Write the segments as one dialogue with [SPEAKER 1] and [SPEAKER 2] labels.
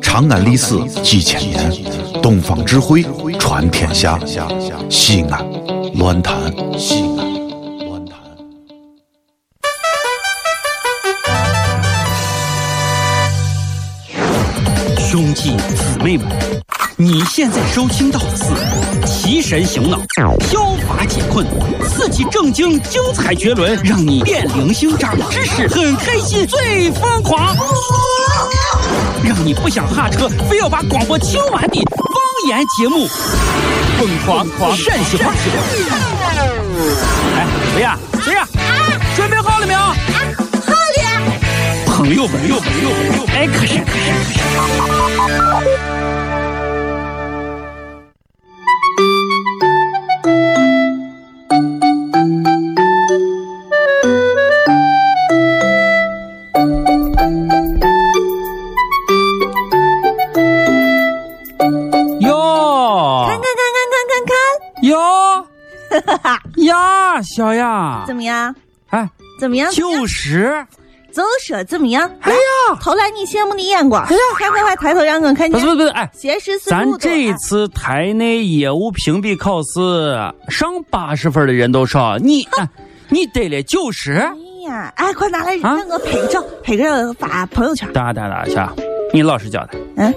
[SPEAKER 1] 长安历史几千年，东方智慧传天下。西安，乱谈西安，乱谈。
[SPEAKER 2] 兄弟姊妹们，你现在收听到的是提神醒脑、消乏解困、刺激正经、精彩绝伦，让你变零星长知识，很开心，最疯狂，让你不想下车，非要把广播听完的方言节目，疯狂狂陕西话。哎，谁呀？谁呀？准备好了没有？朋友们，友们，友们，友们，哎，可是可是可是。哎哟
[SPEAKER 3] 看看看
[SPEAKER 2] 哟
[SPEAKER 3] 看看看看，哈哈，
[SPEAKER 2] 呀，小样
[SPEAKER 3] 怎，么样？
[SPEAKER 2] 哎，
[SPEAKER 3] 怎么样？
[SPEAKER 2] 就是，
[SPEAKER 3] 就说怎么样？
[SPEAKER 2] 哎呀，
[SPEAKER 3] 投来你羡慕的眼光。哎呀，快快快，抬头让我看
[SPEAKER 2] 不
[SPEAKER 3] 见
[SPEAKER 2] 是。不是不是，哎，
[SPEAKER 3] 学识是
[SPEAKER 2] 咱
[SPEAKER 3] 路多
[SPEAKER 2] 这次台内业务评比考试上八十分的人都少，你、哎你得了九十，
[SPEAKER 3] 哎呀，哎，快拿来
[SPEAKER 2] 啊
[SPEAKER 3] 让我拍个照，拍个照发朋友圈。
[SPEAKER 2] 哒哒哒，下，你老实交代，
[SPEAKER 3] 嗯，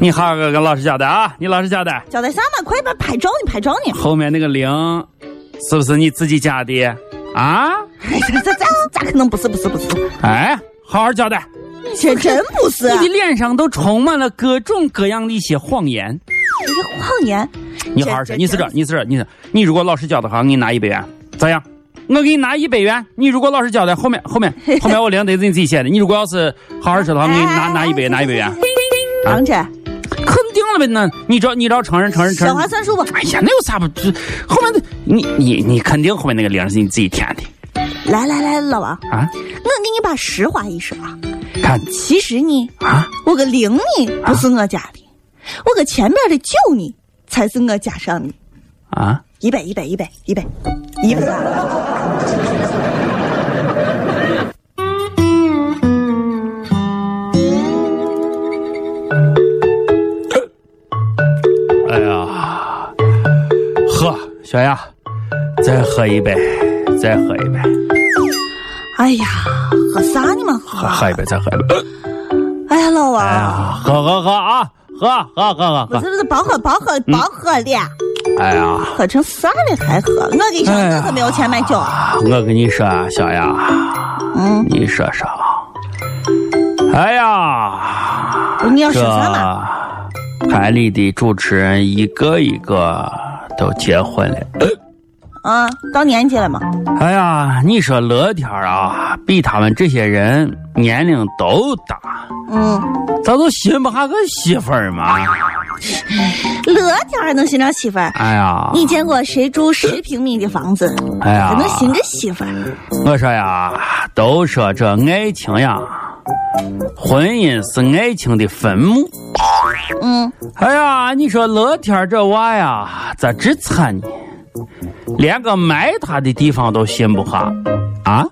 [SPEAKER 2] 你好个个老实交代啊，你老实交代，
[SPEAKER 3] 交代啥嘛？快把拍照呢，拍照 呢。
[SPEAKER 2] 后面那个零是不是你自己加的啊？
[SPEAKER 3] 哎，这这咋咋可能不是不是不是？
[SPEAKER 2] 哎，好好交代，
[SPEAKER 3] 这真不是。啊
[SPEAKER 2] 你的脸上都充满了各种各样的一些谎言。
[SPEAKER 3] 你个谎言。
[SPEAKER 2] 你好好说，你是这，你是这，你是你如果老实交代的话，我给你拿一百元，咋样？我给你拿一百元，你如果老实交代，后面后面后面我零得是你自己写的。你如果要是好好说的话，我给你拿拿一百拿一百啊元，
[SPEAKER 3] 哎王姐，
[SPEAKER 2] 肯定了呗？那你只要你只要承认承认承
[SPEAKER 3] 小
[SPEAKER 2] 认
[SPEAKER 3] 花。算数吧。
[SPEAKER 2] 哎呀，那有啥不？这后面的你你你肯定后面那个零是你自己填的
[SPEAKER 3] 来来来，老王，
[SPEAKER 2] 啊！
[SPEAKER 3] 我给你把实话一说啊，
[SPEAKER 2] 看
[SPEAKER 3] 其实呢，
[SPEAKER 2] 啊，
[SPEAKER 3] 我个零呢不是我家的，我个前面的九呢才是我加上的。
[SPEAKER 2] 啊，
[SPEAKER 3] 一百一百一百一百一百啊！
[SPEAKER 2] 哎呀，喝小雅，再喝一杯，再喝一杯，
[SPEAKER 3] 哎呀，喝啥呢嘛？喝
[SPEAKER 2] 喝喝一杯，再喝一杯。
[SPEAKER 3] 啊哎呀，老
[SPEAKER 2] 哎
[SPEAKER 3] 王，
[SPEAKER 2] 呀，嗯喝喝喝啊，喝喝喝
[SPEAKER 3] 我
[SPEAKER 2] 喝
[SPEAKER 3] 这
[SPEAKER 2] 喝！
[SPEAKER 3] 不是饱喝饱喝饱喝了，
[SPEAKER 2] 哎呀，
[SPEAKER 3] 喝成啥了还喝？我跟你说，
[SPEAKER 2] 哎呀
[SPEAKER 3] 我可没有钱买酒啊！
[SPEAKER 2] 我跟你说啊，小雅，
[SPEAKER 3] 嗯，
[SPEAKER 2] 你说说，哎呀，
[SPEAKER 3] 你要说
[SPEAKER 2] 这
[SPEAKER 3] 啥嘛？
[SPEAKER 2] 台里的主持人一个一个都结婚了。
[SPEAKER 3] 啊，到年纪了嘛？
[SPEAKER 2] 哎呀，你说乐天儿啊，比他们这些人年龄都大，
[SPEAKER 3] 嗯，
[SPEAKER 2] 咋都寻不下个媳妇儿嘛？
[SPEAKER 3] 乐天还能寻着媳妇儿？
[SPEAKER 2] 哎呀，
[SPEAKER 3] 你见过谁住十平米的房子
[SPEAKER 2] 哎呀
[SPEAKER 3] 还能寻个媳妇儿？
[SPEAKER 2] 我说呀，都说这爱情呀，婚姻是爱情的坟墓。
[SPEAKER 3] 嗯，
[SPEAKER 2] 哎呀，你说乐天儿这娃呀，咋这惨呢？连个埋他的地方都寻不下啊！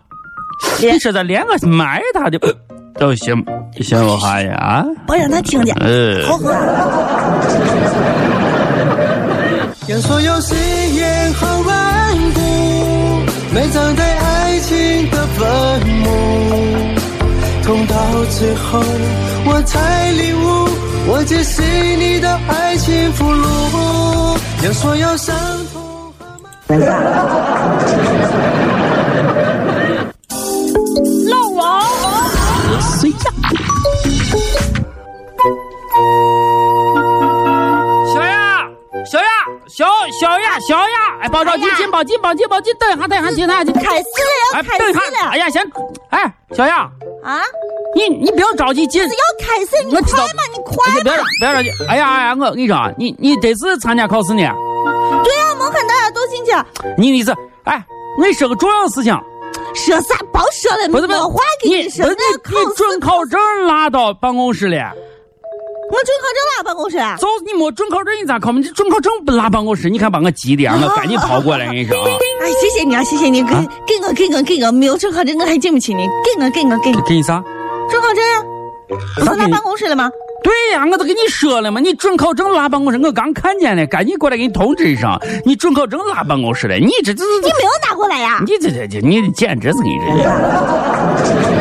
[SPEAKER 3] 连
[SPEAKER 2] 你说咋连个埋他的 都寻寻不下呀？啊？
[SPEAKER 3] 别让他听见，
[SPEAKER 2] 呃。
[SPEAKER 3] 好喝。
[SPEAKER 4] 将所有誓言和顽固，埋葬在爱情的坟墓。痛到最后，我才领悟，我只是你的爱情俘虏。将所有伤痛。
[SPEAKER 2] 嗯小雅，小雅，小小雅，小雅，哎，保着急，
[SPEAKER 3] 哎呀嗯
[SPEAKER 2] 进，保进，保进，保进，等一下，等一下，进，等一下，进。
[SPEAKER 3] 开始了，
[SPEAKER 2] 哎，
[SPEAKER 3] 要开
[SPEAKER 2] 等一下，哎
[SPEAKER 3] 始了
[SPEAKER 2] 呀，先，哎，小雅，
[SPEAKER 3] 啊！
[SPEAKER 2] 你你不要着急进，
[SPEAKER 3] 要开始，你
[SPEAKER 2] 我知
[SPEAKER 3] 快
[SPEAKER 2] 道
[SPEAKER 3] 嘛，你快
[SPEAKER 2] 哎
[SPEAKER 3] 嘛
[SPEAKER 2] 不！要着不要着急，哎呀哎呀，我跟你说啊，你你得是参加考试呢，
[SPEAKER 3] 对呀、没看大家都进去，
[SPEAKER 2] 你你是，哎，我跟你说个重要事情，
[SPEAKER 3] 说啥别说了，
[SPEAKER 2] 不是不
[SPEAKER 3] 没
[SPEAKER 2] 是，
[SPEAKER 3] 话给
[SPEAKER 2] 你
[SPEAKER 3] 说，
[SPEAKER 2] 不是
[SPEAKER 3] 那
[SPEAKER 2] 你
[SPEAKER 3] 考
[SPEAKER 2] 你
[SPEAKER 3] 试，
[SPEAKER 2] 准考证拉到办公室了，
[SPEAKER 3] 我准考证了，办公室。
[SPEAKER 2] 就是你没准考证你咋考嘛？你准考证不拉办公室，你看把我急的啊，我赶紧跑过来，我跟你说啊，
[SPEAKER 3] 哎，谢谢你啊，谢谢你，给
[SPEAKER 2] 啊
[SPEAKER 3] 给我给我给我，没有准考证我还进不去呢，给我给我给我，
[SPEAKER 2] 给你啥？
[SPEAKER 3] 准考证啊不
[SPEAKER 2] 啥
[SPEAKER 3] 是
[SPEAKER 2] 给
[SPEAKER 3] 来
[SPEAKER 2] 你
[SPEAKER 3] 办公室了吗？
[SPEAKER 2] 对呀、我都跟你说了嘛，你准考证拉办公室，我刚看见了，赶紧过来给你通知一声。你准考证拉办公室了，你这这
[SPEAKER 3] 你
[SPEAKER 2] 这，
[SPEAKER 3] 没有拿过来呀？
[SPEAKER 2] 你这这这，你简直是给 人家。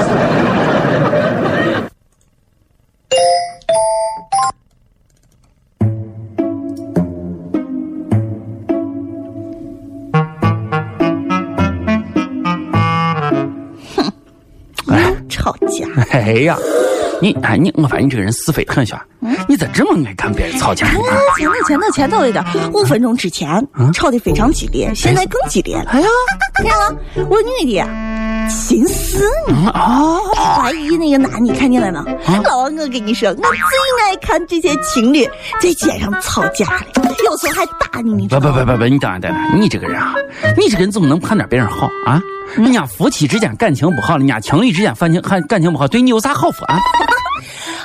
[SPEAKER 3] 吵架，
[SPEAKER 2] 哎呀，你哎你，我发现你这个人是非很小，你咋这么爱跟别人吵架呢？
[SPEAKER 3] 啊，前头前头前头一点，五分钟之前吵得非常激烈，现在更激烈了。
[SPEAKER 2] 啊嗯哎呀，
[SPEAKER 3] 看啊，我女的啊心思你
[SPEAKER 2] 嗯啊，
[SPEAKER 3] 怀疑那个男，你看见了吗？老王，我跟你说，我最爱看这些情侣在街上吵架了，有时候还打你，你知
[SPEAKER 2] 不
[SPEAKER 3] 道
[SPEAKER 2] 不
[SPEAKER 3] 吗？
[SPEAKER 2] 不不不，你等下等下，你这个人啊，你这个人怎么能判断别人好啊？人家夫妻之间感情不好了，人家情侣之间感情感感情不好，对你有啥好处啊？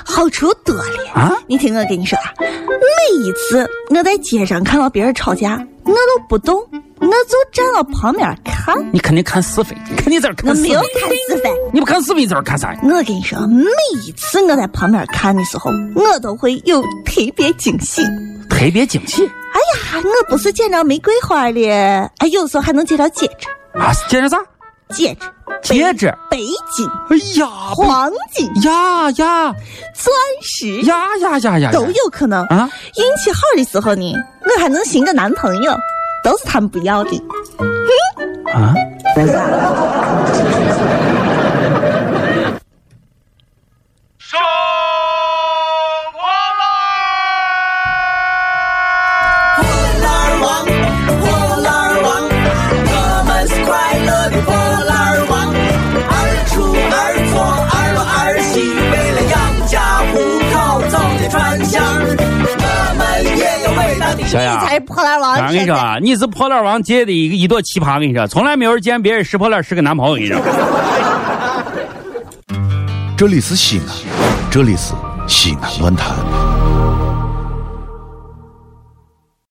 [SPEAKER 3] 好处多了
[SPEAKER 2] 啊
[SPEAKER 3] 你听我跟你说啊，每一次我在街上看到别人吵架，我都不动，我就站到旁边看，
[SPEAKER 2] 你肯定看是非，你肯定在这儿
[SPEAKER 3] 我
[SPEAKER 2] 看是
[SPEAKER 3] 没
[SPEAKER 2] 非
[SPEAKER 3] 有。看是非。
[SPEAKER 2] 你不看是非，你在这儿看啥呀？
[SPEAKER 3] 我跟你说，每一次我在旁边看的时候，我都会有特别惊喜。
[SPEAKER 2] 特别惊喜
[SPEAKER 3] 哎呀，我不是见着玫瑰花了，哎，有时候还能见着戒指，
[SPEAKER 2] 啊！接着啥？
[SPEAKER 3] 戒指、
[SPEAKER 2] 接着，
[SPEAKER 3] 白金、
[SPEAKER 2] 哎呀，不
[SPEAKER 3] 黄金、
[SPEAKER 2] 呀呀
[SPEAKER 3] 钻石
[SPEAKER 2] 呀呀呀呀，
[SPEAKER 3] 都有可能。
[SPEAKER 2] 啊！
[SPEAKER 3] 运气好的时候呢，我还能寻个男朋友，都是他们不要的。
[SPEAKER 2] 啊！
[SPEAKER 5] 生活啦！
[SPEAKER 2] 小
[SPEAKER 3] 你
[SPEAKER 2] 雅
[SPEAKER 3] 才是破烂王，
[SPEAKER 2] 我跟你说啊，你是破烂王界的一个一朵奇葩，我跟你说，从来没有人见别人拾破烂拾个男朋友，我跟你说。
[SPEAKER 1] 这里是西安，这里是西安论坛。